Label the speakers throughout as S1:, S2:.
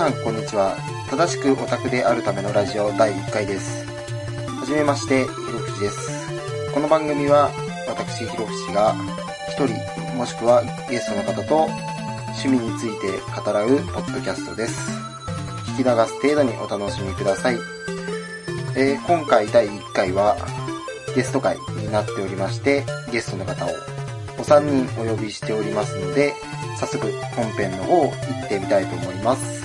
S1: は正しくオタクであるためのラジオ第1回ですはじめましてひろふじですこの番組は私ひろふじが一人もしくはゲストの方と趣味について語らうポッドキャストです聞き流す程度にお楽しみください、えー今回第1回はゲスト会になっておりましてゲストの方をお三人お呼びしておりますので早速本編の方行ってみたいと思います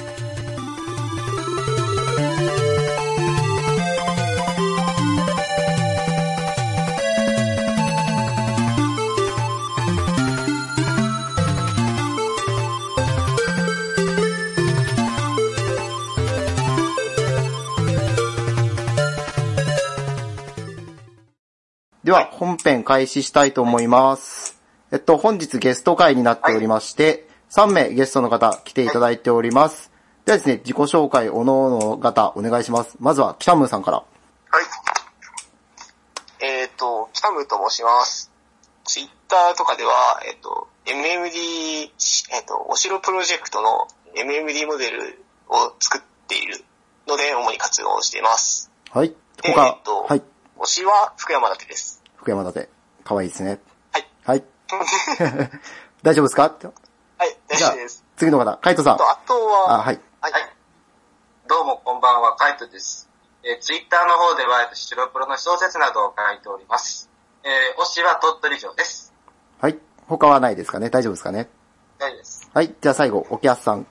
S1: では、本編開始したいと思います。えっと、本日ゲスト会になっておりまして、3名ゲストの方来ていただいております。ではですね、自己紹介、おのおの方お願いします。まずは、北ムーさんから。
S2: はい。えっ、と、北ムと申します。ツイッターとかでは、えっ、と、MMD、えっ、と、お城プロジェクトの MMD モデルを作っているので、主に活動しています。
S1: はい。
S2: でえっ、
S1: 他、
S2: と、
S1: はい。
S2: 推しは福山舘です。
S1: 福山だて。かわいいですね。
S2: はい。
S1: はい。大丈夫ですかじ
S2: はい、大
S1: ゃ
S2: 丈
S1: あ
S2: 夫です。、
S1: 次の方、カイトさん
S2: あ。と、あとは、
S1: あ、はい。
S2: はい。
S3: どうもこんばんは、カイトです。えツイッター Twitter の方では、えっと白プロの小説などを書いております。えー推しは鳥取城です。
S1: はい。他はないですかね大丈夫ですかね
S3: 大丈夫です。
S1: はい。じゃあ最後、おきやすさん。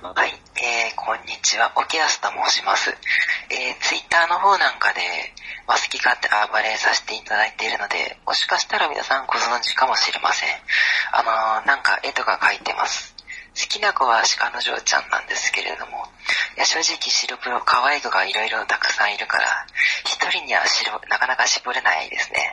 S4: はい、えー、こんにちは、オキアスと申します。えー、ツイッターの方なんかで、まあ、好き勝手暴れさせていただいているので、もしかしたら皆さんご存知かもしれません。あのー、なんか絵とか描いてます。好きな子は鹿の嬢ちゃんなんですけれども、いや正直白黒可愛い子がいろいろたくさんいるから、一人には白、なかなか絞れないですね。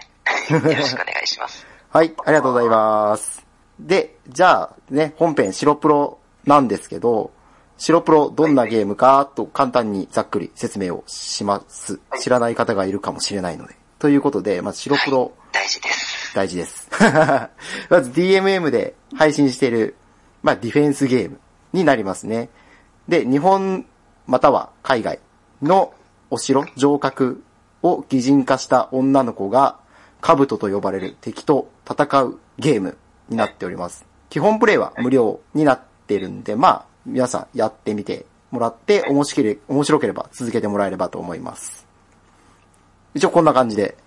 S4: よろしくお願いします。
S1: はい、ありがとうございます。で、じゃあね、本編白プロなんですけど、白プロどんなゲームかと簡単にざっくり説明をします。知らない方がいるかもしれないので。ということで、まず白プロ
S4: 大事です。
S1: 大事です。 まず DMM で配信している、まあディフェンスゲームになりますね。で、日本または海外のお城、城郭を擬人化した女の子が、兜と呼ばれる敵と戦うゲームになっております。基本プレイは無料になってるんで、まあ、皆さんやってみてもらって、面白けれ面白ければ続けてもらえればと思います。一応こんな感じで。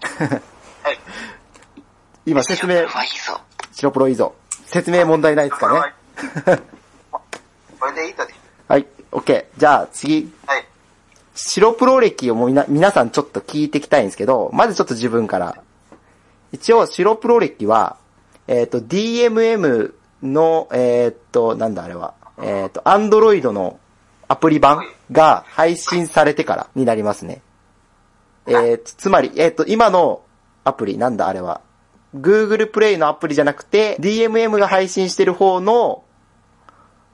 S1: 今説明
S4: 白、黒はいいぞ。
S1: 白プロいいぞ。説明問題ないですかね
S3: これでいいとね。
S1: はい、OK。じゃあ次、
S3: はい。
S1: 白プロ歴をもうみな、皆さんちょっと聞いていきたいんですけど、まずちょっと自分から。一応、白プロ歴は、えっ、と、DMM の、えっ、と、なんだあれは、えっ、と、Android のアプリ版が配信されてからになりますね。えーつつまり、えっ、と、今のアプリ、なんだあれは、Google Play のアプリじゃなくて、DMM が配信してる方の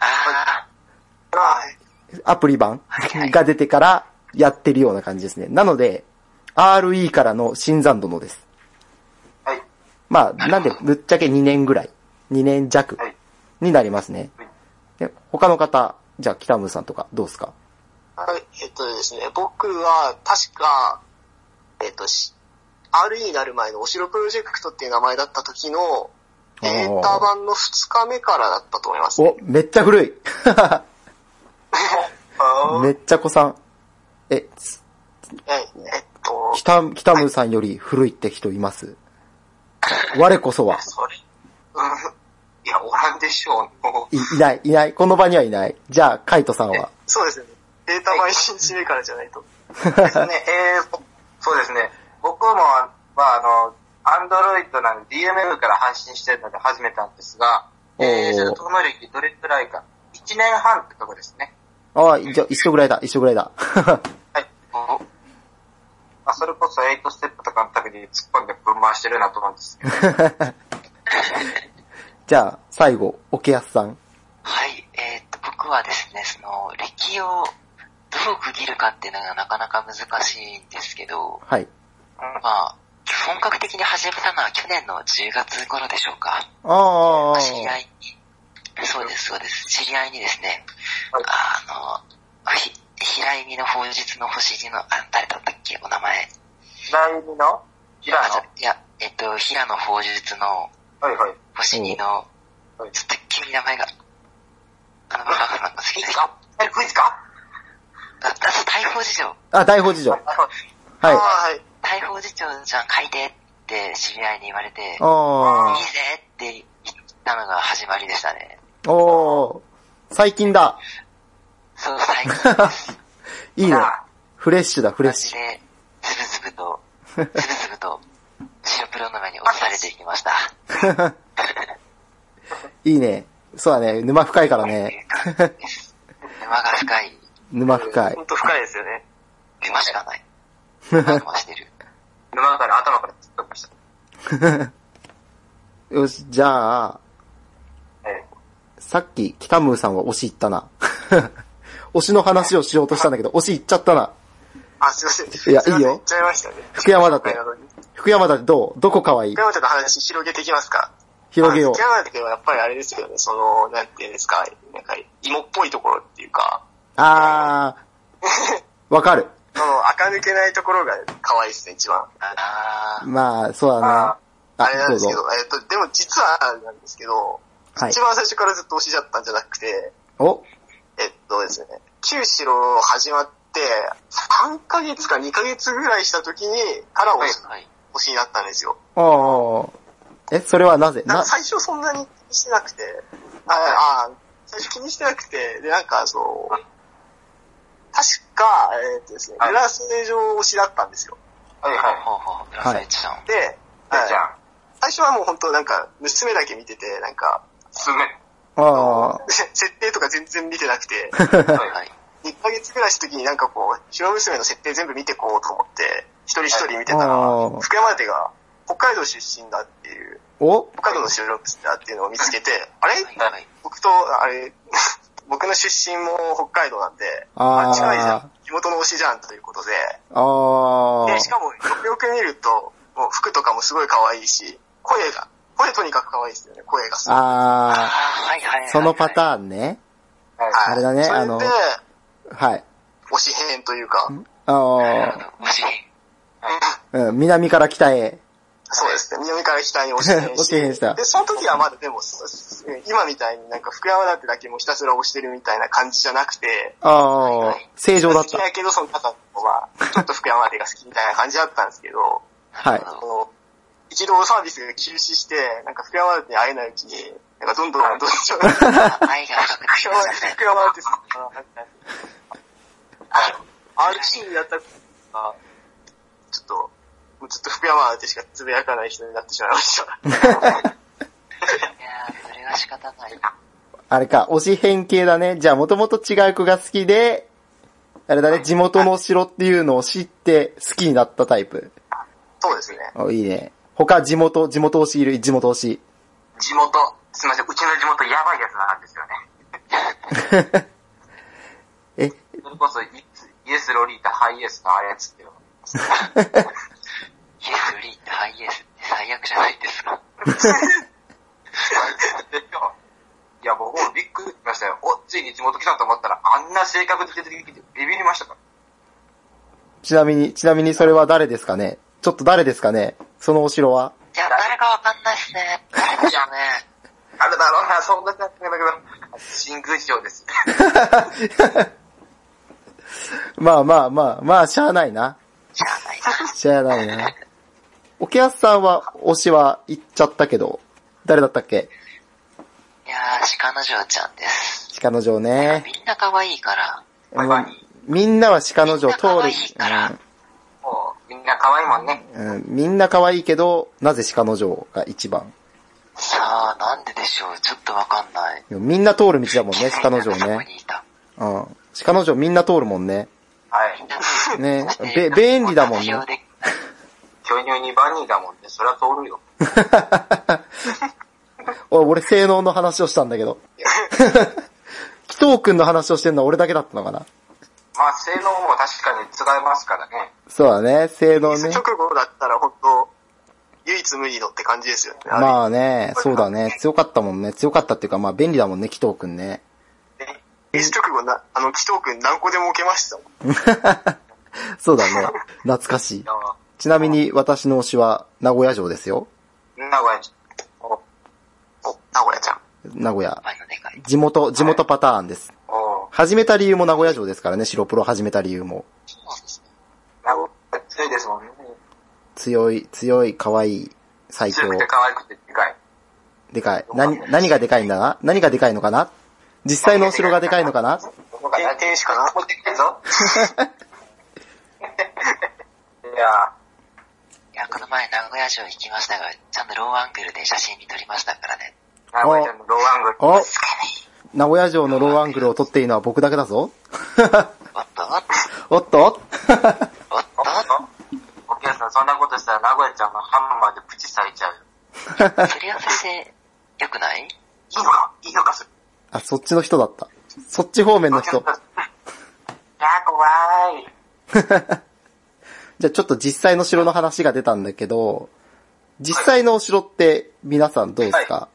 S4: あ
S1: アプリ版
S4: はいはい
S1: が出てからやってるような感じですね。なので、RE からの新参殿です。
S3: はい。
S1: まあ、なんで、ぶっちゃけ2年ぐらい、2年弱
S3: はい
S1: になりますね
S3: はい。
S1: で他の方、じゃあ、北村さんとかどうですか
S2: はい、えっとですね、僕は確か、えっと、し RE になる前のお城プロジェクトっていう名前だった時の、
S1: おー
S2: データ版の2日目からだったと思います、ね。
S1: お、めっちゃ古い
S2: あー
S1: めっちゃ子さん。え、
S2: はい、えっと、
S1: 北、北村さんより古いって人います我こそは。
S3: それ。うん。いや、おらんでしょう。もう
S1: い、いない、いない。この場にはいない。じゃあ、カイトさんは。
S2: そうですね。データ版1日目からじゃないと。
S3: ですね、えー、そうですね。僕も、まあ、あの、アンドロイドなんで DMM から発信してるので始めたんですが、
S1: おー
S3: えー、ちょっと友歴どれくらいか。1年半ってとこですね。
S1: ああ、じゃあ一緒ぐらいだ、一緒ぐらいだ。
S3: はい。まあ、それこそ8ステップとかのために突っ込んでぶん回してるなと思うんですけど。
S1: じゃあ、最後、おけやすさん。
S4: はい、えーっと、僕はですね、その、歴をどう区切るかっていうのがなかなか難しいんですけど、
S1: はい。
S4: まあ、本格的に始めたのは去年の10月頃でしょうか。
S1: ああ、
S4: 知り合いに、
S3: そうです、そうです。知り合いにですね、
S1: はい
S3: あの、ひ、平井美の法術の星にの、あ、誰だったっけ、お名前。
S1: 平井美の平野
S3: あそういや、えっと、平野法術の
S1: はいはい。
S3: 星にの、
S1: うんはい
S3: ちょっと急に名前が、あの、バカなんか好き
S1: いい
S3: な
S1: です
S3: 人。あ、
S1: かえ、クイズか
S3: あそう、大法事情。
S4: あ、大法事情。
S1: あそう
S4: はい。
S2: はい。
S3: 大法事情じゃん、書いてって知り合いに言われて、いいぜ
S4: あ
S3: って言ったのが始まりでしたね。
S4: ー。おー。最近だ。
S3: そう、最近です
S4: いいね。フレッシュだ、フレッ
S3: 感
S4: シ
S3: じ
S4: ュ。
S3: で、ズブズ ブと、ズブズブと、白プロの目に落とされていきました。
S4: いいね。そうだね。沼深いからね。
S3: 沼が深い、
S4: 沼深い。
S2: 本当深いですよね。
S3: 沼し かない。沼してる。
S1: 沼から頭から突っ込みました。
S4: よし、じゃあ、
S1: はい。
S4: さっき、北ムーさんは推し行ったな。 推しの話をしようとしたんだけど、推し行っちゃったな。
S2: あ、すいません。
S4: いや
S2: すません
S4: いいよ
S2: 言っちゃいましたね。
S4: 福山だって
S2: 福山だって
S4: 福山だってどうどこかわいい
S2: 福山だっての話広げていきますか。
S4: 広げよ
S2: あ福
S4: う。
S2: 山だってはやっぱりあれですけどね、その、なんていうんですか、なんか、芋っぽいところっていうか、
S4: あー。わかる。
S2: その、垢抜けないところが可愛いですね、一番。
S3: あ
S4: まあ、そうだな。
S2: あれなん
S4: あ、ど
S2: で
S4: う
S2: す
S4: ぞ
S2: け。ど、えっと、でも実はなんですけど、
S4: はい
S2: 一。番最初からずっと推しだったんじゃなくて、
S4: お
S2: えっとですね、九四郎始まって、3ヶ月か2ヶ月ぐらいした時に、から推し,、
S3: ー。はい。
S2: 推しになったんですよ。
S4: あー。え、それはなぜ
S2: なん
S4: な
S2: か、最初そんなに気にしてなくて、ああ、最初気にしてなくて、で、なんかそう、確か、えっとですね、
S1: はい
S2: グラスネ上推しだったんですよ。
S1: はいはい。
S3: ほうほう、ラスエッチさん。
S2: で、
S1: はい、じゃ
S2: はい
S1: あ、
S2: 最初はもう本当なんか、娘だけ見てて、なんか、
S1: 進め。
S4: あー。
S2: 設定とか全然見てなく て、
S1: はい
S3: はい。
S2: 1ヶ月ぐらいした時になんかこう、白娘の設定全部見てこうと思って、一人一人見てたら
S4: あー、
S2: 福山手が北海道出身だっていう、
S4: お
S2: 北海道の白娘だっていうのを見つけて、あれ
S3: はい。はい。
S2: 僕と、あれ、 僕の出身も北海道なんで、
S4: あー
S2: あ近いじゃん、地元の推しじゃんということで、
S4: あ
S2: で
S4: ー
S2: し。かもよくよく見ると、もう服とかもすごい可愛いし、声が、声とにかく可愛いですよね、声がすごい。
S3: あー、
S4: あ
S3: はいはいはい。
S4: ー。そのパ
S3: ーン。
S4: ターンね。
S1: はい。
S2: はい
S4: あれだね
S2: それで
S4: あのはい。
S2: 推し編というか、
S4: あー。
S3: 不思議。
S4: うん、南から北へ。
S2: そうですね。南から北に押し 変
S4: 押し変した
S2: で、その時はまだでも、そう今みたいになんか福山だってだけもひたすら押してるみたいな感じじゃなくて、
S4: ああ、正常だ
S2: 好
S4: っ
S2: き
S4: た。
S2: だけど、その方は、ちょっと福山だけが好きみたいな感じだったんですけど、
S4: はい。
S2: その、一度サービスが休止して、なんか福山だってに会えないうちに、なんかどんどんどんどん、福山だ
S3: 愛が深くなりますね。
S2: ってさ、RC やったから、ちょっと、もうずっと福山だってしかつぶやかない人になってしまいました。
S3: いやー、それは仕方ない。
S4: あれか、推し変形だね。じゃあ、もともと違う子が好きで、あれだね、地元の城っていうのを知って好きになったタイプ。
S2: そうですね。
S4: おいいね。他、地元、地元推しいる、地元推し。
S1: 地元、すみません、うちの地元やばいやつなんですよね。
S4: え、
S1: それこそ、イイエスロリータ、ハイエースのあやつっていうの。
S3: イエス、フリーってハイエースって最悪じゃないですか。
S1: いや、僕もびっくりしましたよ。お、ついに地元来たと思ったら、あんな性格で出てきて、ビビりましたから。
S4: ちなみに、ちなみにそれは誰ですかねちょっと誰ですかねそのお城は。
S3: いや、誰かわかんないっすね。誰でしょうね。
S1: あれだろうな、そんな感じなんだけど、新宮城です。
S4: まあまあまあ、まあ、しゃあないな。
S3: じゃあないな。
S4: しゃあないな。おけやすさんは、推しは言っちゃったけど、誰だったっけ
S3: いやー、鹿の嬢ちゃんです。
S4: 鹿の城ね。
S3: みんな可愛いから、
S1: バイバイ
S4: みんなは鹿の城通
S3: みんな可愛いから
S4: り、
S1: もう、みんな可愛いもんね。
S4: うんうんみんな可愛いけど、なぜ鹿の城が一番。
S3: さあ、なんででしょう。ちょっとわかんない。
S4: でもみんな通る道だもんね、鹿の城
S3: そこ
S4: ね。
S3: にいた。
S4: うん。鹿の城みんな通るもんね。
S1: はい。
S4: ねべ便利だもんね
S3: 必要で
S1: 巨乳2番人だもんね。そりゃ通るよ。
S4: おい俺、性能の話をしたんだけど。紀藤くんの話をしてんのは俺だけだったのかな。
S1: まあ、性能も確かに違いますからね。
S4: そうだね、性能
S2: そ
S4: ね
S2: の。直後だったら本当、唯一無二のって感じですよね。あれ
S4: まあね、そうだね。強かったもんね。強かったっていうか、まあ便利だもんね、紀藤くんね。
S2: ねレース直後な、あの、紀藤くん何個でも受けましたもん。
S4: そうだ ね。懐かしい。
S1: あ
S4: ちなみに私の推しは名古屋城ですよ。
S1: ー名古屋に
S2: お、名古屋ちゃん。
S4: 名古屋。
S3: 前のでかい。
S4: 地元、地元パターンです。
S1: おー
S4: 始めた理由も名古屋城ですからね、白プロ始めた理由も。
S1: 名古屋強いですもんね。
S4: 強い、強い、可愛い、最強
S1: 強。くて可愛くてでかい。
S4: でかい。何、何がでかいんだな何がでかいのかな実際のお城がでかいのかな
S1: なんか
S2: 天天使か な
S1: 持ってきたぞ。いや
S3: いや、この前名古屋城行きましたが、ちゃんとローアングルで写真に撮りましたからね。
S1: ー、名古屋ちゃんのローアングル。
S4: お名古屋城のローアングルを撮っていいのは僕だけだぞ。
S3: おっと、
S4: お
S3: おっ
S4: っと
S3: と、おっ
S1: おお客さん、そんなことしたら名古屋ちゃんがハンマーでプチされちゃうよ。
S3: と、それはそれで、良くない
S1: いいのかいいのかそれ。
S4: あ、そっちの人だった。そっち方面の人。
S1: いやー、怖い。
S4: じゃあちょっと実際の城の話が出たんだけど、実際のお城って皆さんどうですか、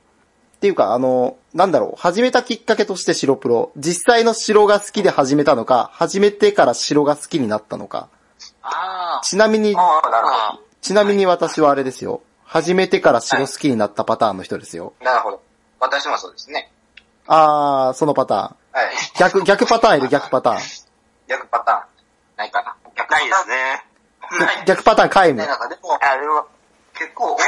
S4: っていうか、あの、なんだろう、始めたきっかけとして城プロ。実際の城が好きで始めたのか、始めてから城が好きになったのか。
S3: あ
S4: ちなみに、
S1: ああ、なるほ
S3: あ。
S4: ちなみに私はあれですよ。始めてから城好きになったパターンの人ですよ。
S1: ど。なるほど。私もそうですね。
S4: あー、そのパターン。
S1: はい。
S4: 逆、逆パターンいる、逆パターン。
S1: 逆パターン。ないかな。逆
S2: ないですね。
S4: 逆逆パターン皆無
S1: ね、。なんかでも、
S2: あ、でも、
S1: 結構多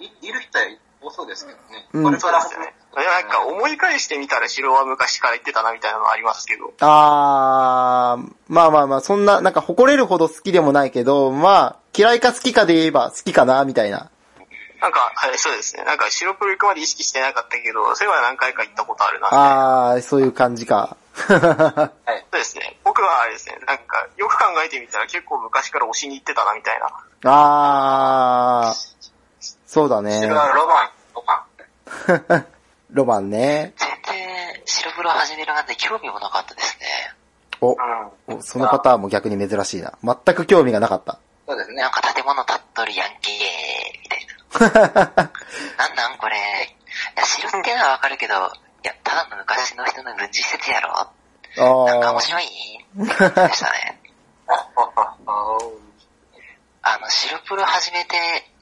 S1: い、いいる人は多そうですけどね。
S4: うん
S1: これから始める
S2: いやなんか思い返してみたら城は昔から言ってたなみたいなのありますけど。
S4: あー、まあまあまあ、そんな、なんか誇れるほど好きでもないけど、まあ、嫌いか好きかで言えば好きかな、みたいな。
S2: なんか、はい、そうですね。なんか白プロ行くまで意識してなかったけど、そういえば何回か行ったことあるな。
S4: あー、そういう感じか。
S1: はい。
S2: そうですね。僕はあれですね、なんか、よく考えてみたら結構昔から押しに行ってたなみたいな。
S4: あー、そうだね
S1: それ。はロマン、ロマン。
S4: ロマンね。
S3: 全然、白風呂始めるなんて興味もなかったですね。
S4: お、
S1: うん。
S4: おそのパターンも逆に珍しいな。全く興味がなかった。
S1: そうですね
S3: なん。か建物建っとるやんけー、みたいな。なんなんこれ。いや、城ってのはわかるけど、いや、ただの昔の人の軍事施設やろ。なんか
S4: あ
S3: 面
S4: ー、
S3: 白いって感じでしたね。
S1: は
S3: あの、白プロ始めて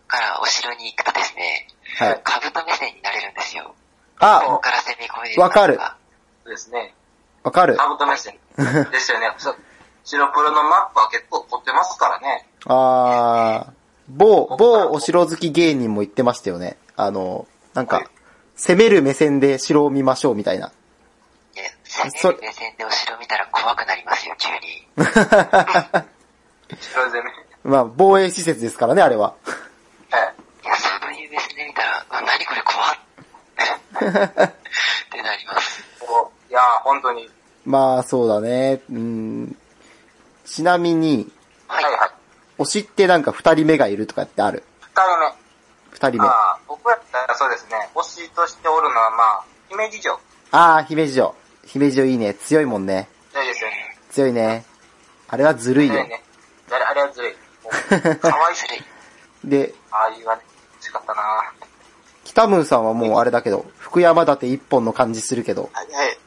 S3: からお城に行くとですね、
S4: はい。
S3: カブト目線になれるんですよ。ここ
S4: あ、
S3: から攻め込める。
S4: わかる
S1: い。ですね。
S4: わかる。
S1: カブト目線ですよね。そ白プロのマップは結構凝ってますからね。
S4: あー、某、某お城好き芸人も言ってましたよね。あの、なんか、攻める目線で城を見ましょうみたいな。
S3: いや攻める目線でお城見たら怖くなりますよ、急に。
S1: 白攻め。
S4: まあ、防衛施設ですからね、あれは。
S1: はい。
S3: いや、そういう目線で見たら、あ何これ 怖っ。ってなります。
S1: こういやー、本当に。
S4: まあ、そうだね。うん。ちなみに、
S3: はい。
S1: はいはい。
S4: 推しってなんか二人目がいるとかってある
S1: 二人目。
S4: 二人目。あ
S1: ああ、僕やったらそうですね、推しとしておるのはまあ、姫路城。
S4: あー、姫路城。姫路城いいね。強いもんね。
S1: 強いですよね。
S4: 強いね。あれはずるい
S1: 強
S4: よ
S1: い。ね。あれあれはずるい。も うかわいい。
S3: ずるい。
S4: で、
S1: ああいうはね、欲しかったな
S4: 北ムーさんはもうあれだけど、福山立て一本の感じするけど。
S2: はい。はい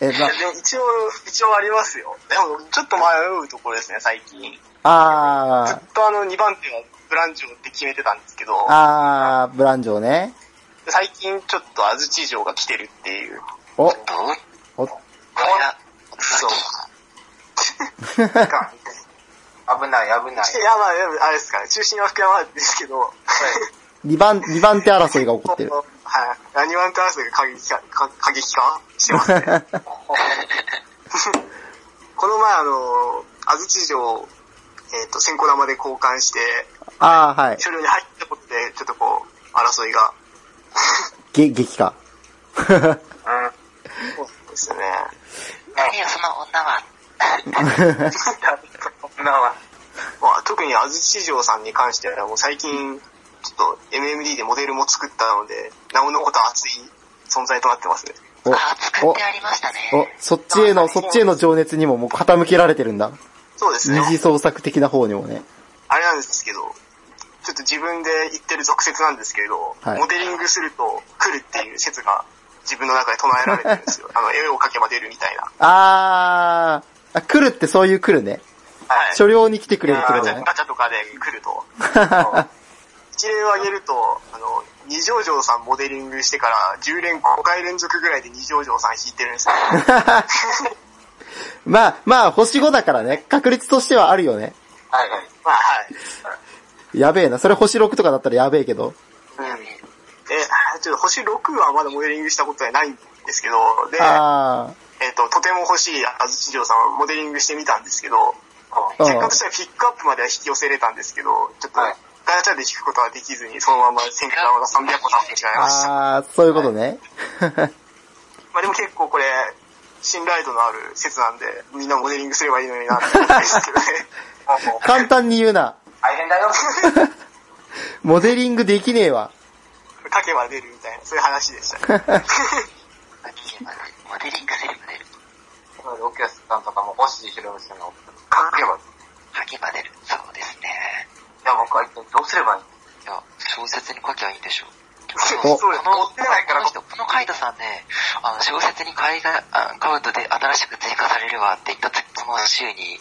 S4: え、
S2: いや
S4: な、
S2: でも一応、一応ありますよ。でも、ちょっと迷うところですね、最近。ずっ
S4: あ
S2: とあの、2番手はブランジョって決めてたんですけど、
S4: ー、あー、ブランジョーね。
S2: 最近ちょっと安土城が来てるっていう。
S4: お、
S3: どう
S4: お、
S3: これが、
S2: そう。
S1: いかん 危ない、危ない。
S2: いや、まあ、でもあれですかね、中心は福山ですけど、
S4: 二番、二番手争いが起こってる。
S2: はい。何ワンタンスが過激化、か過激化してます ね。この前あの、安土城、えっ、と、千個玉で交換して、
S4: あー、はい。
S2: 所領に入ったことで、ちょっとこう、争いが、
S4: げ、激化。
S1: うん。
S2: そうですね。
S3: 何よ、その女は。
S1: そんなは、
S2: まあ、特に安土城さんに関しては、もう最近、ちょっと MMD でモデルも作ったので、なおのこと熱い存在となってますね。
S4: お、
S3: あ、作ってありましたね。
S4: お、そっちへの、そっちへの情熱にももう傾けられてるんだ。
S2: そうです
S4: 二
S2: ね。
S4: 次創作的な方にもね。
S2: あれなんですけど、ちょっと自分で言ってる俗説なんですけれど、
S4: はい
S2: モデリングすると来るっていう説が自分の中で唱えられてるんですよ。あの、絵を描けば出るみたいな。
S4: あー、あ来るってそういう来るね。
S2: はい。
S4: 所領に来てくれるってこ
S2: ガ
S4: と
S2: チ
S4: だね
S2: ャ。ガチャとかで来ると。
S4: あ
S2: 一例を挙げると、あの、二条城さんモデリングしてから10連、5回連続ぐらいで二条城さん引いてるんですよ。
S4: まあ、まあ、星5だからね、確率としてはあるよね。
S1: はいはい。
S2: まあ、はい。
S4: やべえな。それ星6とかだったらやべえけど。
S2: うん。で、ちょっと星6はまだモデリングしたことはないんですけど、で、
S4: あ
S2: えっ、と、とても欲しい安土城さんをモデリングしてみたんですけど、
S4: うん
S2: 結果としてはピックアップまでは引き寄せれたんですけど、ちょっと
S1: はい
S2: ガチャで引くことはできずに、そのまま先端を300個3違
S4: あ、
S2: いました。
S4: ああ、そういうことね。
S2: まあでも結構これ、信頼度のある説なんで、みんなモデリングすればいいのになって思うんです けどね。
S1: もうもう、
S4: 簡単に言うな。
S1: 大変だ よ。
S4: モデリングできねえわ。
S2: 書けば出るみたいな、そういう話でした、ね。
S3: モデリングすれば出る。
S1: オキアスさんとかも星ひろみさんの書けば、い
S3: 書けば出る。そうですね。
S1: や僕は一体どうすればいいの
S3: いや、小説に書きゃいいんでしょう。
S4: お
S2: そうです
S3: この、
S1: 持ってないから
S3: この人、このカイトさんね、あの、小説に買いが、あ買うとで新しく追加されるわって言ったその週に、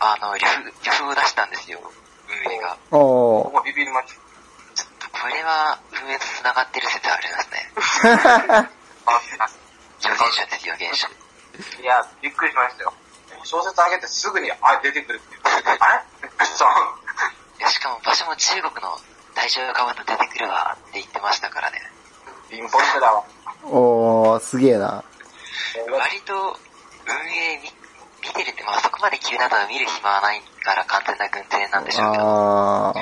S3: あの、旅風、旅風を出したんですよ、運営が。
S4: お
S1: こ
S4: ー
S1: こビビりま ち。
S3: ちょっと、これは運営と繋がってる説ありますね。
S1: あ
S3: 予言者です、予言者。
S1: いや、びっくりしましたよ。小説あげてすぐに、あ、出てくるっていう。あれ嘘。
S3: いやしかも場所も中国の大乗川と出てくるわって言ってましたからね。
S1: 貧乏人だわ。
S4: おー、すげえな。
S3: 割と運営見見てるって、まあそこまで急なのは見る暇はないから完全な軍勢なんでしょうけど、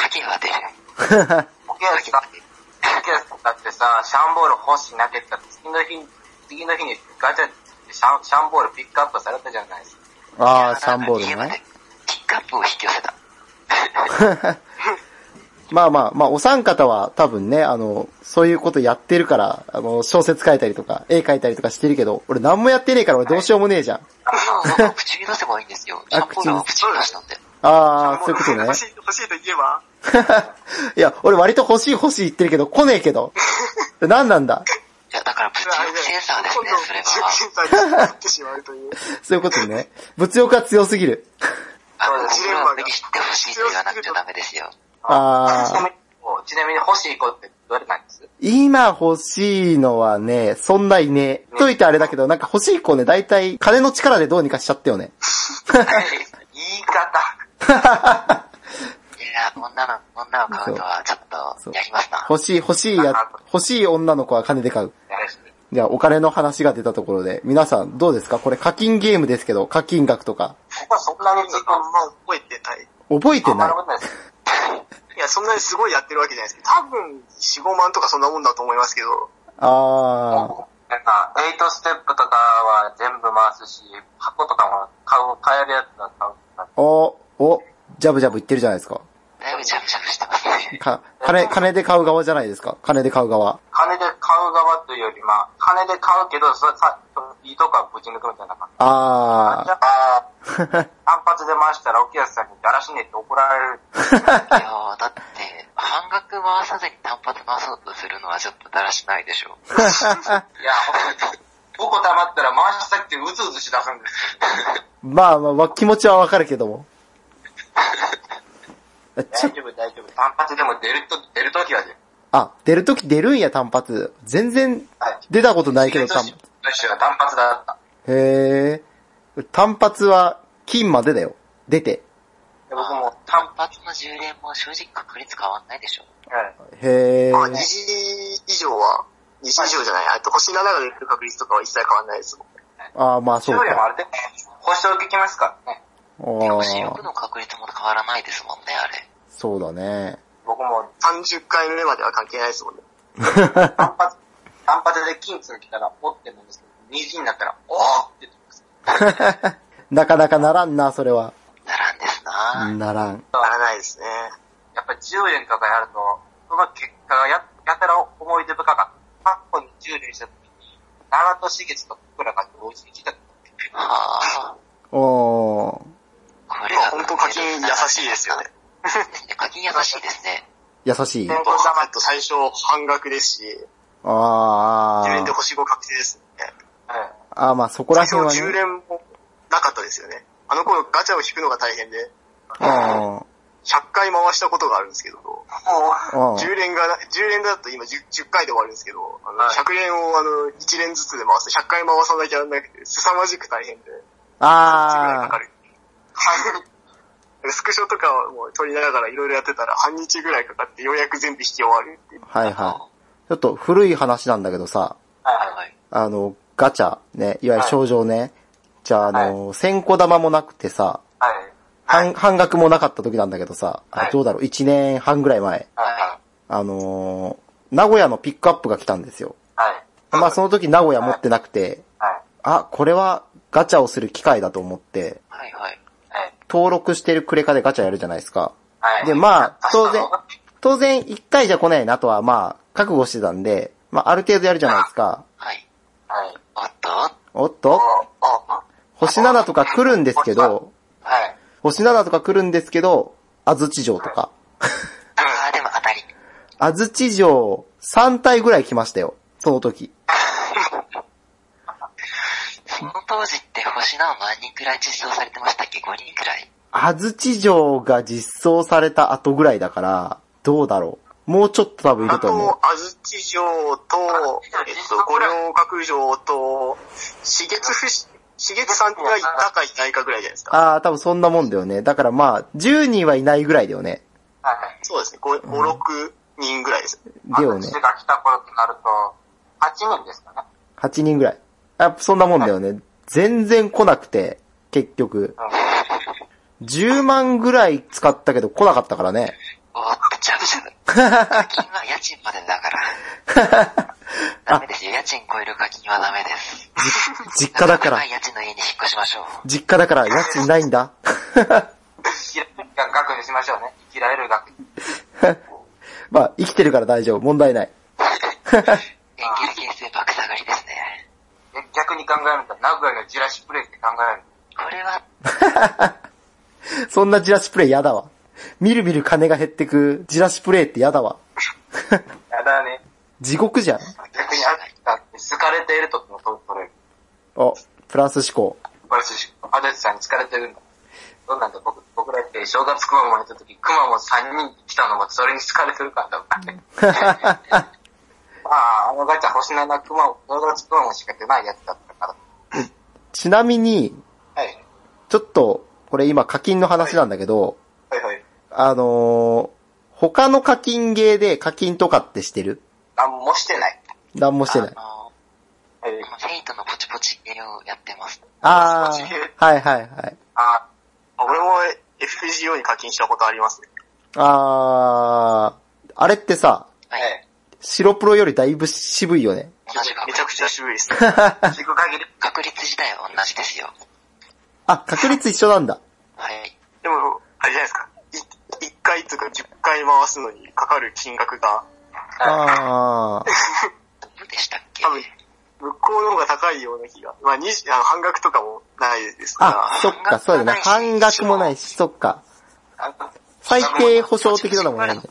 S4: あ
S3: 書けば出る。
S4: ー。
S1: オキアスさん、オキアスさんだってさ、シャンボール星なけったら次の日に、次の日にガチャでシャンシャンボールピックアップされたじゃないですか。
S4: あー、シャンボール
S3: 家まで
S4: ね。
S3: ピックアップを引き寄せた。
S4: まあまあ、まあ、お三方は多分ね、あの、そういうことやってるから、あの、小説書いたりとか、絵書いたりとかしてるけど、俺何もやってねえから俺どうしようもねえじゃん。
S3: 今、口に出せばいいんですよ。シャンポールを口に出したんで。
S4: あー、そういうことね
S2: 欲。しい、欲しいと言えば、
S4: いや、俺割と欲しい欲しい言ってるけど、来ねえけど。何なんだ
S3: いや、だから物欲センサーですね、それは。
S2: センサーになってしまうという。
S4: そういうことね。物欲が強すぎる。
S3: あの、
S2: ジ
S3: そ
S2: レ
S3: れ
S2: ンマが
S3: は無理してほしいと言わなくちゃダメですよ。
S4: あー
S1: ちなみに、ちなみに星行こうって言われないん です。
S4: 今欲しいのはね、そんないね。といてあれだけど、なんか欲しい子ね、大体金の力でどうにかしちゃったよね。
S1: 言い方。
S3: いや、女の、女を買うのはちょっと、やりますな。
S4: 欲しい、欲しいや、欲しい女の子は金で買う。じゃあ、お金の話が出たところで、皆さんどうですかこれ課金ゲームですけど、課金額とか。
S1: ここはそんなに時間
S2: あんま覚えてない。
S4: 覚えて
S1: あんま
S4: ない
S1: り。 ことないです。
S2: いや、そんなにすごいやってるわけじゃないですけど、多分、4、5万とかそんなもんだと思いますけど、
S4: あー。
S1: なんか、エイトステップとかは全部回すし、箱とかも買う、買えるやつは買う。
S4: お、お、ジャブジャブ言ってるじゃないですか。
S3: だいぶジャブジャブしてますね。
S4: か、金、金で買う側じゃないですか。金で買う側。
S1: 金で買う側というより、まあ、金で買うけど、そさいいとこはぶち抜くみたいな感じ。
S4: あ
S1: じゃあ、単発で回したら、沖安さんにだらしねえって怒られる。
S3: いやーだって、半額回さずに単発回そうとするのはちょっとだらしないでしょ。
S4: ー。
S1: いや、ほんとに5個溜まったら回したくてうずうずしだすんですよ。
S4: まあまあまあ、気持ちはわかるけども。ちょ
S1: 大丈夫、大丈夫。単発でも出ると、出るときは出る。
S4: あ、出るとき出るんや、単発。全然
S1: はい。
S4: 出たことないけど、
S1: と
S4: 単
S1: ししては単発だった。
S4: へえ。単発は金までだよ。出て。
S1: で僕も単
S3: 単発の10連も正直確率変わんないでしょ。
S1: 発、
S4: へえ。
S2: まあ、2時以上は、2時以上じゃない、あと星7が出る確率とかは一切変わらないですもん。
S4: ああ、まあそう
S1: 勝利も
S4: か。
S1: あれで、保証できますからね。
S4: あ
S3: 星6
S4: あ、
S3: の確率も変わらないですもんね、あれ。
S4: そうだね。
S1: 僕も
S2: 30回目までは関係ないですもんね。
S1: 単発、 単発で金通来たら、おって思うんですけど、二時になったら、おーって言ってます。
S4: なかなかならんな、それは。
S3: ならんですな、
S4: ならん。
S2: ならないですね。
S1: やっぱり10連とかやると、その結果がや、やたら思い出深かった。過去に10連した時に、長門茂と僕らが同時に来た時
S3: はあ。
S4: おー。
S3: これ
S2: まあ
S3: が、
S2: 本当課金優しいですよね。
S3: 課金優しいですね。
S4: 優しい。
S2: 本
S4: あ
S2: 当はと最初半額ですし、
S4: あ
S2: 10連で星5確定ですね。
S1: え
S4: ああ、まあそこら
S2: 最初
S4: 辺
S2: の10
S4: はね。
S2: 連もなかったですよね。あの頃ガチャを引くのが大変で、
S4: あ
S2: 100回回したことがあるんですけど、
S4: あ、ああ。
S2: 10連が、10連だと今 10, 10回で終わるんですけど、あの
S1: はい
S2: 100連をあの1連ずつで回すと100回回さなきゃならなくて、凄まじく大変で、時間か
S4: あ
S2: か
S4: あ、
S2: る。スクショとかをもう撮りながらいろいろやってたら半日ぐらいかかってようやく全部引き終わるっていう。
S4: はいはい。ちょっと古い話なんだけどさ、
S1: はい
S3: はい。
S4: あの、ガチャ、ね、いわゆる症状ね。じゃあ、あの、千個玉もなくてさ、
S1: はい。
S4: 半、半額もなかった時なんだけどさ、
S1: は
S4: あ
S1: い
S4: どうだろう、1年半ぐらい前、
S1: は
S4: あのー名古屋のピックアップが来たんですよ。
S1: い。はい。
S4: まあその時名古屋持ってなくて、
S1: はい。
S4: あ、これはガチャをする機会だと思って、
S3: はいはい。
S1: はい。
S4: 登録してるクレカでガチャやるじゃないですか。
S1: はい。
S4: で、まあ、当然
S1: は、
S4: 当然1回じゃ来ないなとはまあ、覚悟してたんで、まあある程度やるじゃないですか。
S3: はい。
S1: い。
S3: あった
S4: おっと、
S1: あ、
S4: 星7とか来るんですけど、
S1: はい。
S4: 星7とか来るんですけど、安土城とか。
S3: ああ、でも当たり。
S4: 安土城3体ぐらい来ましたよ。その時。
S3: その当時って星なの何人くらい実装されてましたっけ ?5 人くらい
S4: 安土城が実装された後ぐらいだから、どうだろう。もうちょっと多分い
S2: あ
S4: ると思う。
S2: と、安土城と、えっと、五稜郭城と、四月不死、四月さんがいたかいないかぐらいじゃないですか。
S4: ああ、多分そんなもんだよね。だからまあ、10人はいないぐらいだよね。
S1: はい。
S2: そうですね、5、6人ぐらいです。
S4: だよね
S1: 私。が来た頃となると、8人ですかね。
S4: 8人ぐらい。あそんなもんだよね。全然来なくて、結局。10万ぐらい使ったけど来なかったからね。
S3: おー、ジャブジャブ。 課金は家賃までだから。ダメですよ。家賃超える課金はダメです。
S4: 実家だから
S3: 高い。家賃の家に引っ越しましょう。
S4: 実家だから家賃ないんだ。
S1: 生きられる額にしましょうね。生きられる額。
S4: まあ、生きてるから大丈夫。問題ない。
S3: 円形形成爆下がりですね。
S1: 逆に考えると、名古屋のジュラシックレイって考える
S3: これは、
S4: そんなジラシプレイやだわ。みるみる金が減ってくジラシプレイってやだわ。
S1: と。やだね。
S4: 地獄じゃん。
S1: 逆に秋田って好かれているとっても取れる。
S4: あ、プラス思考。
S1: 私、足立さんに疲れてるんだ。どうなんだ、僕、僕らって正月熊本に行った時、熊本3人来たのもそれに疲れてるからだもんね。まあ、あのガチャ星7熊本、正月熊本しか出ないやつだったから。
S4: ちなみに、
S2: はい。
S4: ちょっと、これ今課金の話なんだけど、
S2: はいはい。
S4: あのー他の課金ゲーで課金とかってしてる
S1: 何もしてない。
S4: 何もしてない。
S3: あ
S2: はい。
S3: の、フェイトのポチポチ系をやってます。
S4: あ
S2: マジで
S4: ー、はいはいはい。
S1: あ、
S2: 俺も FGO に課金したことありますね。
S4: あー、あれってさ、
S3: はい。
S4: 白プロよりだいぶ渋いよね。
S3: 同じ確
S2: めちゃく
S3: 率
S2: ちゃ。渋いですね。
S1: 聞く限り、
S3: 確率自体は同じですよ。
S4: あ、確率一緒なんだ。
S3: はい。
S2: でも、あれじゃないですか。い1回とか10回回すのにかかる金額が、
S4: あー、
S3: どうでしたっけ
S2: 多分、向こうの方が高いような気が。まあ、20あの半額とかもないですから。
S4: あ、そっか、そうだよね。半額もないし、そっか。最低保証的なのもないんだね。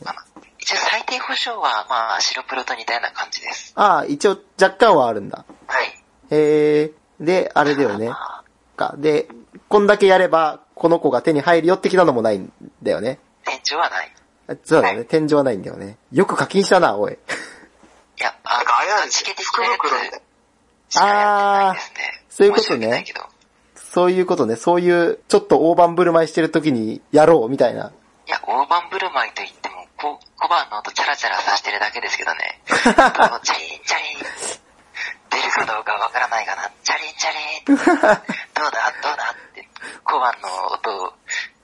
S3: 一応最低保証は、まあ、白プロと似たような感じです。
S4: ああ、一応若干はあるんだ。
S3: はい。
S4: へえ。で、あれだよね。か。で、こんだけやれば、この子が手に入るよ的なのもないんだよね。
S3: 店長はない。
S4: そうだね。天井はないんだよね。よく課金したな、おい。
S3: いや、あ
S2: なんかあれなんです
S3: チ
S2: よ
S3: ケ。的
S2: 福
S3: なや
S2: 袋みたい
S3: つ
S2: な。
S3: しかやってないですね。
S4: あーそういうことね
S3: 申し訳ないけど
S4: そういうことね。そういう、ちょっと大盤振る舞いしてる時にやろう、みたいな。
S3: いや、大盤振る舞いといっても、こう、小判の音チャラチャラさしてるだけですけどね。あのチャリンチャリン。出るかどうかわからないかな。チャリンチャリン。どうだどうだって、小判の音を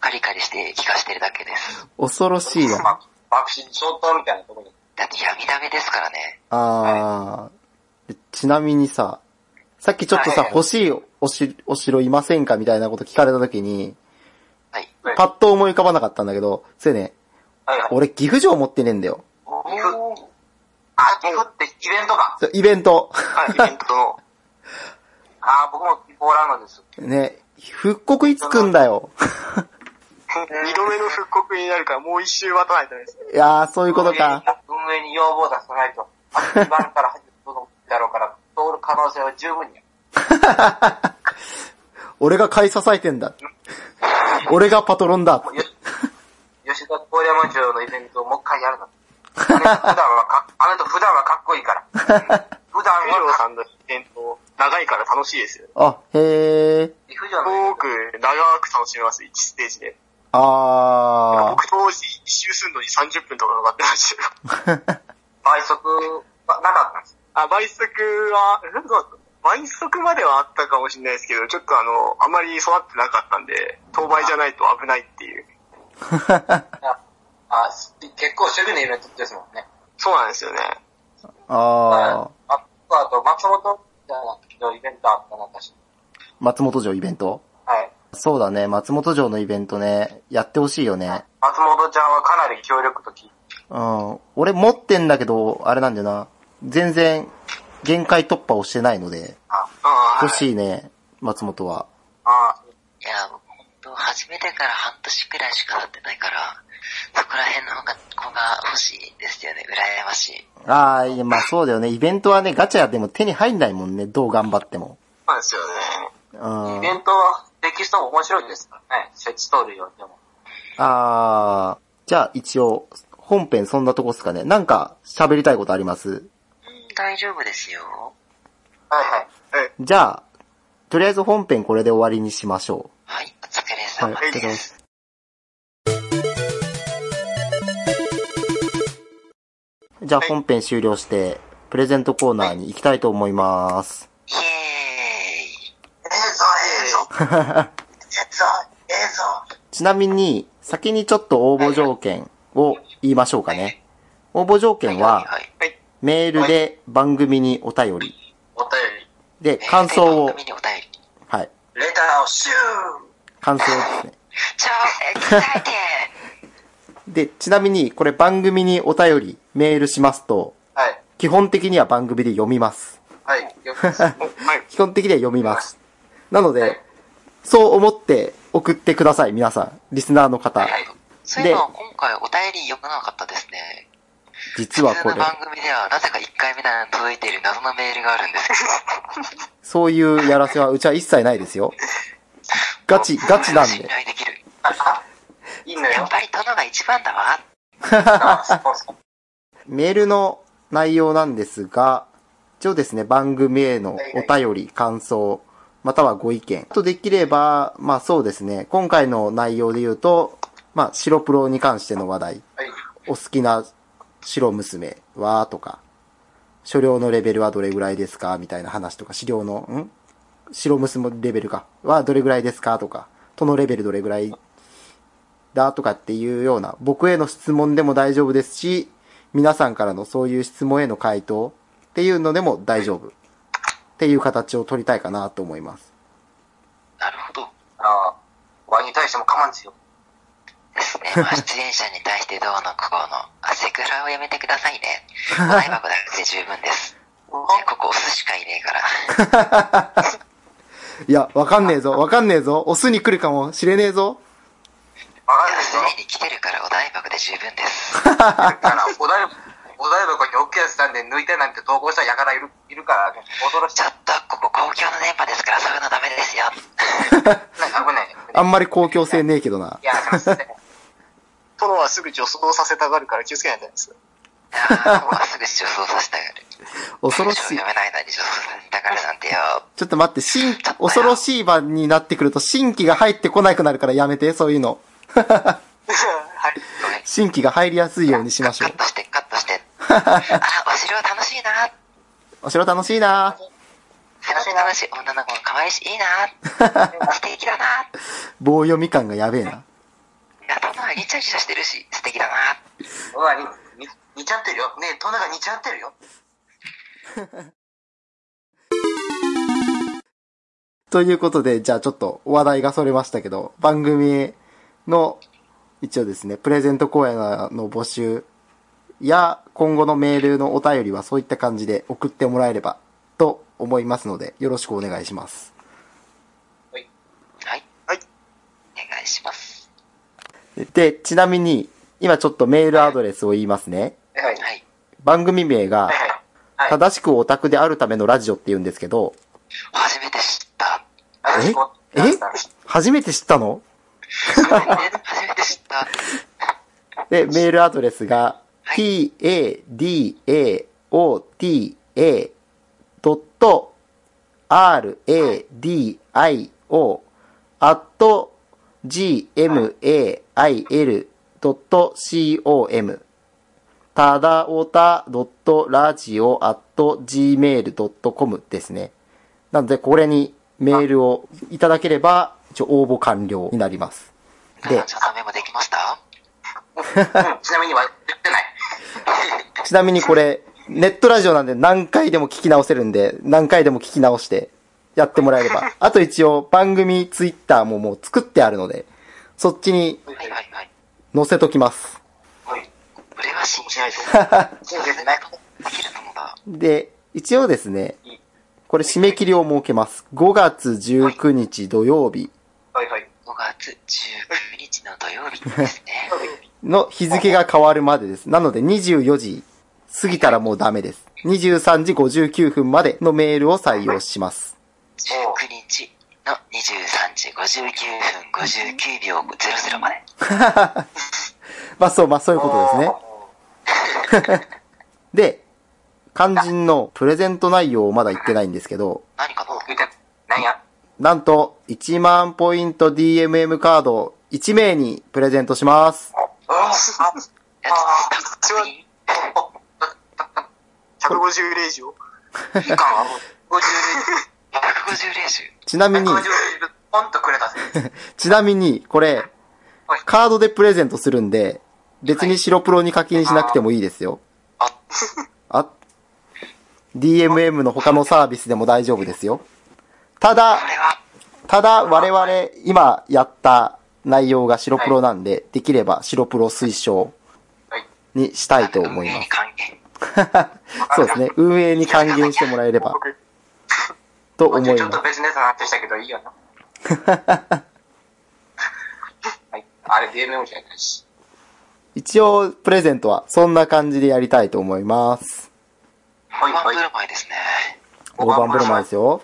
S3: カリカリして聞かしてるだけです。
S4: 恐ろしいな。
S1: ま爆心消灯みたいなところに。
S3: だって闇ダメですからね。
S4: あー。ちなみにさ、さっきちょっとさ、
S1: はい
S4: 欲しいおしお城いませんかみたいなこと聞かれた時に、
S3: はい。
S1: はい
S4: パッと思い浮かばなかったんだけど、それね、
S1: はいはい。
S4: 俺岐阜城持ってねえんだよ。
S1: 岐阜あ、岐阜ってイベントか。
S4: そうイベント。
S2: はい、イベントの。
S1: あー、僕も岐阜おらんのです。
S4: ね、復刻いつ来んだよ。
S2: 二度目の復刻になるからもう一周待たないとダメです。
S4: いやー、そういうことか。
S1: 運営に要望を出さないと、あと2番から始まるだろうから、通る可能性は十分にある。
S4: 俺が買い支えてんだ。俺がパトロンだ。
S1: よ吉田郡山城のイベントをもう一回やるの。あの人普段は か、あの人普段はかっこいいから。普段
S2: フジロー
S1: はか
S2: さんのイベント、長いから楽しいですよ。
S4: あ、へー。
S1: っこいい。
S2: す
S1: 普
S2: ご
S1: 段
S2: く長く楽しめます、1ステージで。
S4: あ
S2: 僕当時一周するのに30分とかかかってま したよ。
S4: ー。
S1: 倍速はなかったんです。
S2: あ、倍速は、なんか、倍速まではあったかもしれないですけど、ちょっとあの、あまり育ってなかったんで、当倍じゃないと危ないっていう。
S1: ああす結構主義のイベントですもんね。
S2: そうなんですよね。
S4: あー
S1: あ。あと、あと松本みたいなのイベントあったな、確か
S4: 松本城イベント
S1: はい。
S4: そうだね、松本城のイベントね、やってほしいよね。
S1: 松本ちゃんはかなり協力と聞いて、
S4: うん。俺持ってんだけど、あれなんだよな。全然、限界突破をしてないので、
S1: あ
S2: ああ
S4: 欲、しいね、松本は。
S1: あ、
S3: いや、僕本当始めてから半年くらいしか経ってないから、そこら辺の方が、子が欲しいですよね。羨ましい。
S4: ああ、いや、まあそうだよね。イベントはね、ガチャやっても手に入んないもんね、どう頑張っても。
S2: そうなんですよね。
S4: うん。
S1: イ
S4: あ
S1: ベントはテキストも面白いですからね。設置通るよりも。
S4: あー、じゃあ一応、本編そんなとこっすかね。なんか、喋りたいことあります
S3: うん、大丈夫ですよ。
S1: はいはい。
S2: え、
S4: じゃあ、とりあえず本編これで終わりにしましょ
S3: はい、お疲れ
S4: う。はい、
S3: 様
S4: ありがとうござい
S3: で。
S4: ますす。じゃあ本編終了して、プレゼントコーナーに行きたいと思います。
S3: イエーイ。
S1: 映像映像映像映像
S4: ちなみに、先にちょっと応募条件を言いましょうかね。応募条件
S3: はい
S4: は、
S3: はい
S4: メールで番組にお便り。
S1: お便
S4: で、
S3: はい
S4: 感想
S3: 番
S4: を
S3: 組、にお便り。
S4: はい。
S1: り。レターをシュ
S4: 感想ですね。
S3: 超エキサイテ
S4: で、ちなみに、これ番組にお便り、メールしますと、
S1: ーはい。
S4: 基本的には番組で読みます。
S1: はい。よくです。
S2: はい。
S4: 基本的には読みます。なので、そう思って送ってください、皆さん。リスナーの方。
S3: はい。そういうの今回お便り読まなかったですね。
S4: 実は
S3: 普
S4: こ
S3: 通の
S4: れ、
S3: 番組ではなぜか1回目なのに届いている謎のメールがあるんですけど。
S4: そういうやらせはうちは一切ないですよ。ガ チ、ガチなん
S3: 信
S4: で。
S3: 頼できる。
S1: いいの
S3: や
S1: よ
S3: っ。ぱり殿が一番だわ。
S1: あそうそう
S4: メールの内容なんですが、一応ですね、番組へのお便り、感想、またはご意見。あとできれば、まあそうですね、今回の内容で言うと、まあ白プロに関しての話題、
S1: はい。
S4: お好きな白娘はとか、所領のレベルはどれぐらいですかみたいな話とか、資料の、ん白娘レベルかはどれぐらいですかとか、とのレベルどれぐらいだとかっていうような、僕への質問でも大丈夫ですし、皆さんからのそういう質問への回答っていうのでも大丈夫っていう形を取りたいかなと思います。
S3: なるほど。
S1: あの、ワインに対しても我慢ですよ。
S3: ですね。 まあ、出演者に対してどうのこうの。あ、セクハラをやめてくださいね。お台箱だけで十分 です。ねここお寿司しかいねえから。
S4: いや、わかんねえぞ、わかんねえぞ、オスに来るかもしれねえぞ。
S1: わか
S3: い
S1: る
S3: や、
S1: ですしょ
S3: でに来てるからお台箱で十 分です。
S1: だから、お台場、お台場に OK やつなんで抜いてなんて投稿したやからいる、いるから、ね、驚し
S3: ち
S1: ちゃ
S3: ょ
S1: っ
S3: っと、ここ公共の電波ですから、そういうのダメで すよ。
S1: た。危ない。危な
S4: あ
S1: い。
S4: んまり公共性ねえけどな。
S1: いや、すいません
S2: 殿はすぐ女装させたがるから気をつけないとダ メです。
S3: ああ、もうすぐ女装させたがる。
S4: 恐ろしい
S3: 文章。読めないのに女装させたがるなんてよ。
S4: ちょっと待って、新、恐ろしい版になってくると新規が入ってこなくなるからやめて、そういうの。
S2: はい。
S3: ごめん
S4: 新規が入りやすいようにしましょ
S3: カ
S4: う
S3: ッ。トして、カッ トして。あ、お城は楽しいな。
S4: お城楽しいな
S3: 楽しい楽しい。女の子も可愛いし、いいな。素敵だな。
S4: 棒読み感がやべえな。
S3: 頭がギチャギチャしてるし、素敵だな。
S1: うわ、に、に、似ちゃってるよ。ねえ、トナが似ちゃってるよ。
S4: ということで、じゃあちょっと話題がそれましたけど、番組の一応ですね、プレゼント公演の募集や今後のメールのお便りはそういった感じで送ってもらえればと思いますので、よろしくお願いします。
S3: はい。
S2: はい。
S3: お願いします。
S4: で、ちなみに、今ちょっとメールアドレスを言いますね。
S1: はい。はい。
S3: はい。
S4: 番組名が、
S1: はい。
S4: 正しくオタクであるためのラジオって言うんですけど、
S3: 初めて知った。
S1: 私も
S4: え初めて知ったの
S3: 初めて知った。
S4: で、メールアドレスが、t-a-d-a-o-t-a.radio アット gmail.com ただおた .radio アット gmail.com ですね。なので、これにメールをいただければ、一応応募完了になります。で
S3: で、、ちゃんとメモできました
S1: うんちなみには、言ってない。
S4: ちなみにこれ、ネットラジオなんで何回でも聞き直せるんで、何回でも聞き直してやってもらえれば。あと一応番組ツイッターももう作ってあるので、そっちに
S3: はいはいはい。
S4: 載せときます。
S1: はい。
S3: これは信じ ないぞ。
S1: 信じてない。
S3: できるものだ。
S4: で、一応ですね、これ締め切りを設けます。5月19日土曜日
S1: はいはい。
S3: 5月19日の土曜日ですね。
S4: の日付が変わるまでです。なので24時過ぎたらもうダメです。23時59分までのメールを採用します。
S3: 19日の23時59分59秒00まで。
S4: まあそう、まあそういうことですね。で、肝心のプレゼント内容をまだ言ってないんですけど、
S3: 何かな
S1: 言ってない。なんや
S4: なんと、1万ポイント DMM カードを1名にプレゼントします。
S1: ああ
S3: やつ
S2: それは
S3: に
S2: 150例以上
S1: いいかも。50
S3: 150練習。
S4: ちなみ
S1: 人、
S4: に
S1: 50、人、ポンとくれたぜ。
S4: ちなみに、これ、カードでプレゼントするんで、別に白プロに課金しなくてもいいですよ。
S3: あ、
S4: あ、DMM の他のサービスでも大丈夫ですよ。た
S3: こ
S4: だ、
S3: れは、
S4: ただ我々今やった内容が白プロなんで、できれば白プロ推奨
S1: はい。
S4: にしたいと思い
S3: 運営
S4: ま
S3: に
S4: す。
S3: 還元。
S4: そうですね。運営に還元してもらえれば、と思い
S1: ちょっ
S4: ます
S1: と。別のやつの話したけど、いいよな。はい。あれ、DMM じゃないし。
S4: 一応、プレゼントは、そんな感じでやりたいと思います。
S1: はい
S3: ワ
S1: は
S3: ン
S1: い
S3: ブ。ルマイですね。
S4: 大盤振る舞いですよ。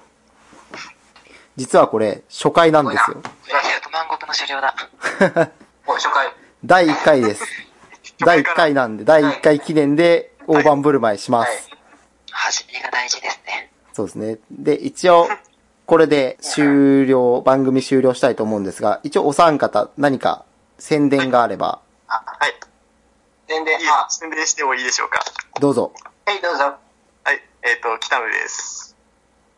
S4: 実はこれ、初回なんですよ。
S3: 100万石の車両だ。
S1: お初回。
S4: 第1回です。第1回なんで、第1回記念で、大盤振る舞いしま
S1: はい。
S4: す。
S3: 走りが大事ですね。
S4: そうですね。で、一応、これで終了、番組終了したいと思うんですが、一応お三方、何か宣伝があれば、
S2: はい。
S1: 全然
S2: いい、
S1: あ、
S2: 宣伝してもいいでしょうか。
S4: どうぞ。
S1: はい、どうぞ。
S2: はい、えっ、と、北野です。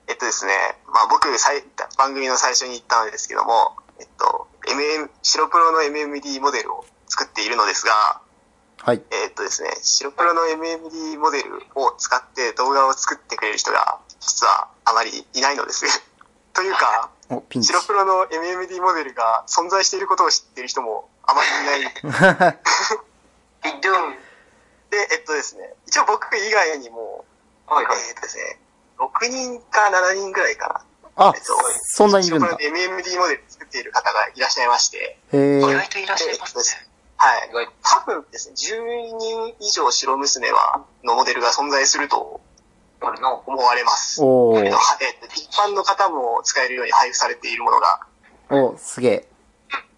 S2: えっとですね、まあ僕、最番組の最初に言ったんですけども、えっと、MM、白プロの MMD モデルを作っているのですが、
S4: はい。
S2: えっとですね、白プロの MMD モデルを使って動画を作ってくれる人が、実はあまりいないのです。 というか、
S4: お、ピンチ
S2: 白。プロの MMD モデルが存在していることを知っている人もあまりい ない
S1: ビッドゥン。
S2: で、えっとですね、一応僕以外にも、
S1: はいはい。
S2: えっとですね、6人か7人ぐらいか
S4: あ
S2: な、えっと、、
S4: そんなにいるんだ。
S2: ショップの MMD モデル作っている方がいらっしゃいまして、
S4: へ
S3: 意
S4: ー
S3: 外といらっしゃいますね。
S2: はい
S1: 意。外
S2: 多分ですね、10人以上白娘は、のモデルが存在すると
S1: これの、
S2: 思われます。
S4: お
S2: えっ
S4: ー
S2: と。一般の方も使えるように配布されているものが。
S4: お、すげえ。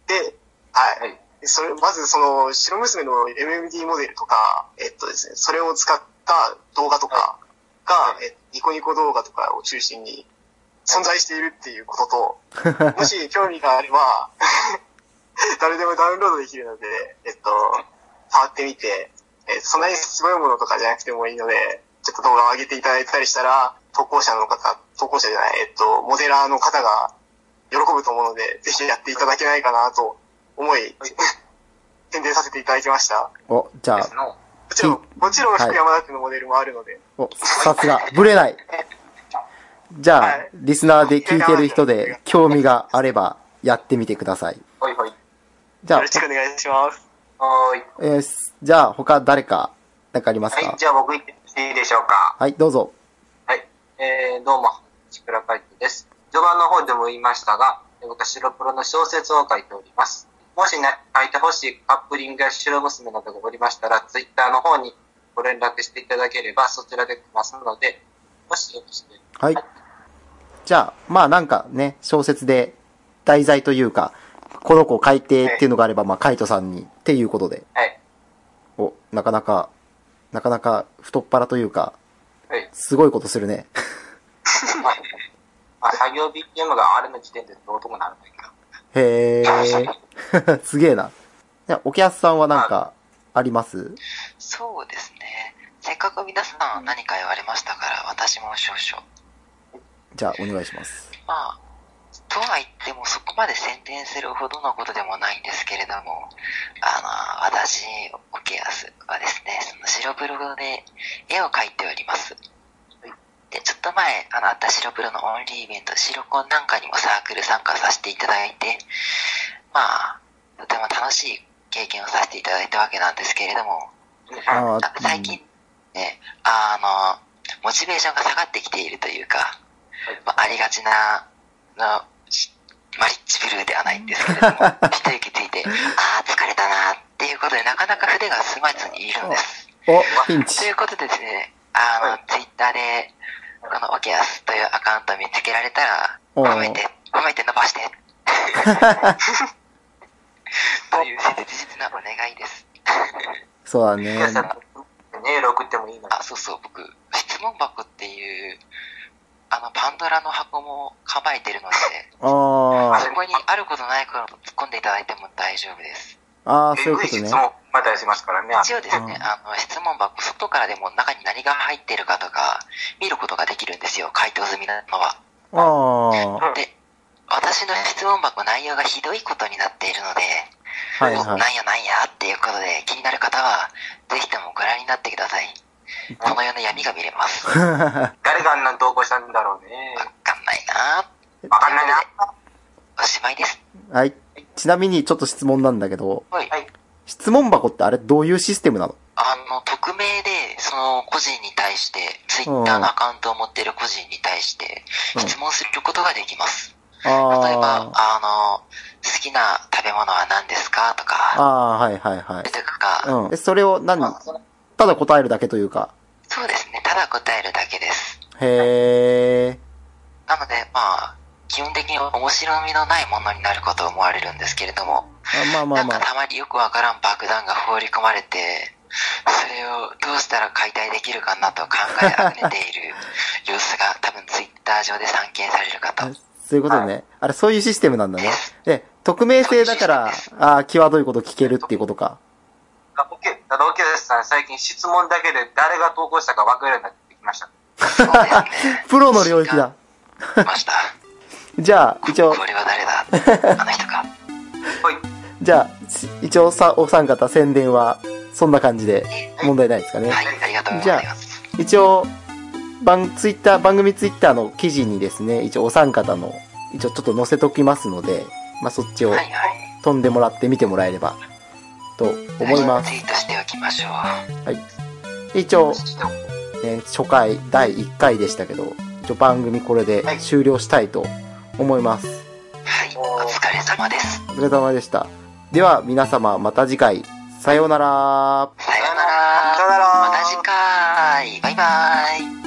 S2: で、はい。
S1: はい。
S2: それ、まずその、白娘の MMD モデルとか、えっとですね、それを使った動画とかが、えニコニコ動画とかを中心に存在しているっていうことと、もし興味があれば、 誰でもダウンロードできるので、えっと、触ってみて、えそんなにすごいものとかじゃなくてもいいので、ちょっと動画を上げていただいたりしたら、投稿者の方、投稿者じゃない、えっと、モデラーの方が喜ぶと思うので、ぜひやっていただけないかなと思い、 宣伝させていただきました。
S4: お、じゃ
S1: で
S4: あ
S1: す、の。
S2: もちろん、もちろん
S4: はい
S2: 福山ダックのモデルもあるので、
S4: お、さすが、ぶれない。じゃあ、
S2: はい
S4: リスナーで聞いてる人で興味があればやってみてください。
S1: はいはい。
S4: じゃ
S2: よ
S4: あ
S2: ろ、しくお願いします。
S1: はーい。
S4: えーすじゃあ他誰か、なんかあります
S1: は
S4: か
S1: い、じゃあ僕行っていいでしょうか。
S4: はい、どうぞ。
S1: はい。えー、どうも、ちくらかいてです。序盤の方でも言いましたが、私、白プロの小説を書いております。もしな書いてほしいカップリングや白娘などがおりましたら、ツイッターの方にご連絡していただければ、そちらで来ますので、もしよろしければ
S4: はい。じゃあ、まあなんかね、小説で題材というか、この子を書いてっていうのがあれば、まあカイトさんにっていうことで、
S1: はい。
S4: お、なかなか、なかなか太っ腹というか、
S1: はい。
S4: すごいことするね。
S1: まあ、作業 BPM があれの時点でどうともなるんだけど。
S4: へー。 すげえな。じゃあ、おきやすさんはなんか、あります
S3: そうですね。せっかく皆さん何か言われましたから、私も少々。
S4: じゃあ、お願いします。
S3: まあ、とは言ってもそこまで宣伝するほどのことでもないんですけれども、あの、私、オケアスはですね、その白黒で絵を描いております。で、ちょっと前、あの、あった白黒のオンリーイベント、白コンなんかにもサークル参加させていただいて、まあ、とても楽しい経験をさせていただいたわけなんですけれども、
S4: あ
S3: あ
S4: ー
S3: 最近、ね、あの、モチベーションが下がってきているというか、まあ、ありがちな、の、しマリッジブルーではないんですけれども、一息ついて、ああ、疲れたな、っていうことで、なかなか筆が進まずにいるんです。
S4: お、ピン
S3: と
S4: チ
S3: い。うことでですね、あの、ツイッターで、このオケアスというアカウントを見つけられたら、
S4: おー
S3: 褒めて、褒めて伸ばして。という切実なお願いです。
S4: そうだね。
S1: 皆さん、メール送ってもいいのに。
S3: あ、そうそう、僕、質問箱っていう、あの、パンドラの箱も構えてるので、
S4: あー
S3: そこにあることないことを突っ込んでいただいても大丈夫です。
S4: あー、
S1: え
S4: そういう
S1: ぐ
S4: こ
S1: い
S4: とね
S1: 質。問またりしますからね。
S3: 一応ですね、あの、質問箱、外からでも中に何が入ってるかとか、見ることができるんですよ、回答済みなのは。
S4: あ
S1: うん
S3: で、私の質問箱内容がひどいことになっているので、
S4: ー、はいは
S3: お
S4: い。
S3: なんやなんやっていうことで気になる方は、ぜひともご覧になってください。この世の闇が見れ ます。わ
S1: 誰があんな投稿したんだろうね。
S3: かんないな
S1: わかんないな。
S3: おしまいです。
S4: はい。ちなみにちょっと質問なんだけど、
S3: はい
S1: はい。
S4: 質問箱ってあれどういうシステムなの
S3: あの、匿名で、その個人に対して、ツイッターのアカウントを持っている個人に対して、
S4: うん
S3: 質問することができます。例えば
S4: あ、あ。
S3: あの、好きな食べ物は何ですかとか、
S4: ああ、はいはいは
S3: と
S4: い。
S3: か、
S4: うん。で、それを何
S1: あそれ
S4: ただ答えるだけというか。
S3: そうですね、ただ答えるだけです。
S4: へえ。
S3: なので、まあ、基本的に面白みのないものになるかと思われるんですけれども、
S4: あまあまあま
S3: な
S4: あ
S3: んか。たまによくわからん爆弾が放り込まれて、それをどうしたら解体できるかなと考えあぐねている様子が多分ツイッター上で散見されるかと。
S4: そういうことね。あれ、そういうシステムなんだね。で、匿名性だから
S3: そういうシス、
S4: ああ、際どいこと聞けるっていうことか。。
S1: あオッケーただ、オッケーですさん、最近質問だけで誰が投稿したか分かるようになってきました。
S3: そうですね
S4: プロの領域だ。
S3: 知りました。
S4: じゃあ、一応、
S3: これは誰だあの人か。
S1: はい。
S4: じゃあ、し一応さ、お三方宣伝は、そんな感じで、問題ないですかね。
S3: はい、ありがとうございます。
S4: 一応、番、ツイッター、番組ツイッターの記事にですね、一応お三方の、一応ちょっと載せときますので、まあ、そっちを
S3: はいはい。
S4: 飛んでもらって見てもらえれば、と思います。
S3: ツイートしておきましょう。
S4: 一応、
S1: しておこう
S4: ね、初回第1回でしたけど、一応番組これで終了したいと思います。
S3: はい、お疲れ様です。
S4: お疲れ様でした。では皆様また次回、さようなら。
S3: さようなら。
S1: さようなら
S3: また次回。バイバイ。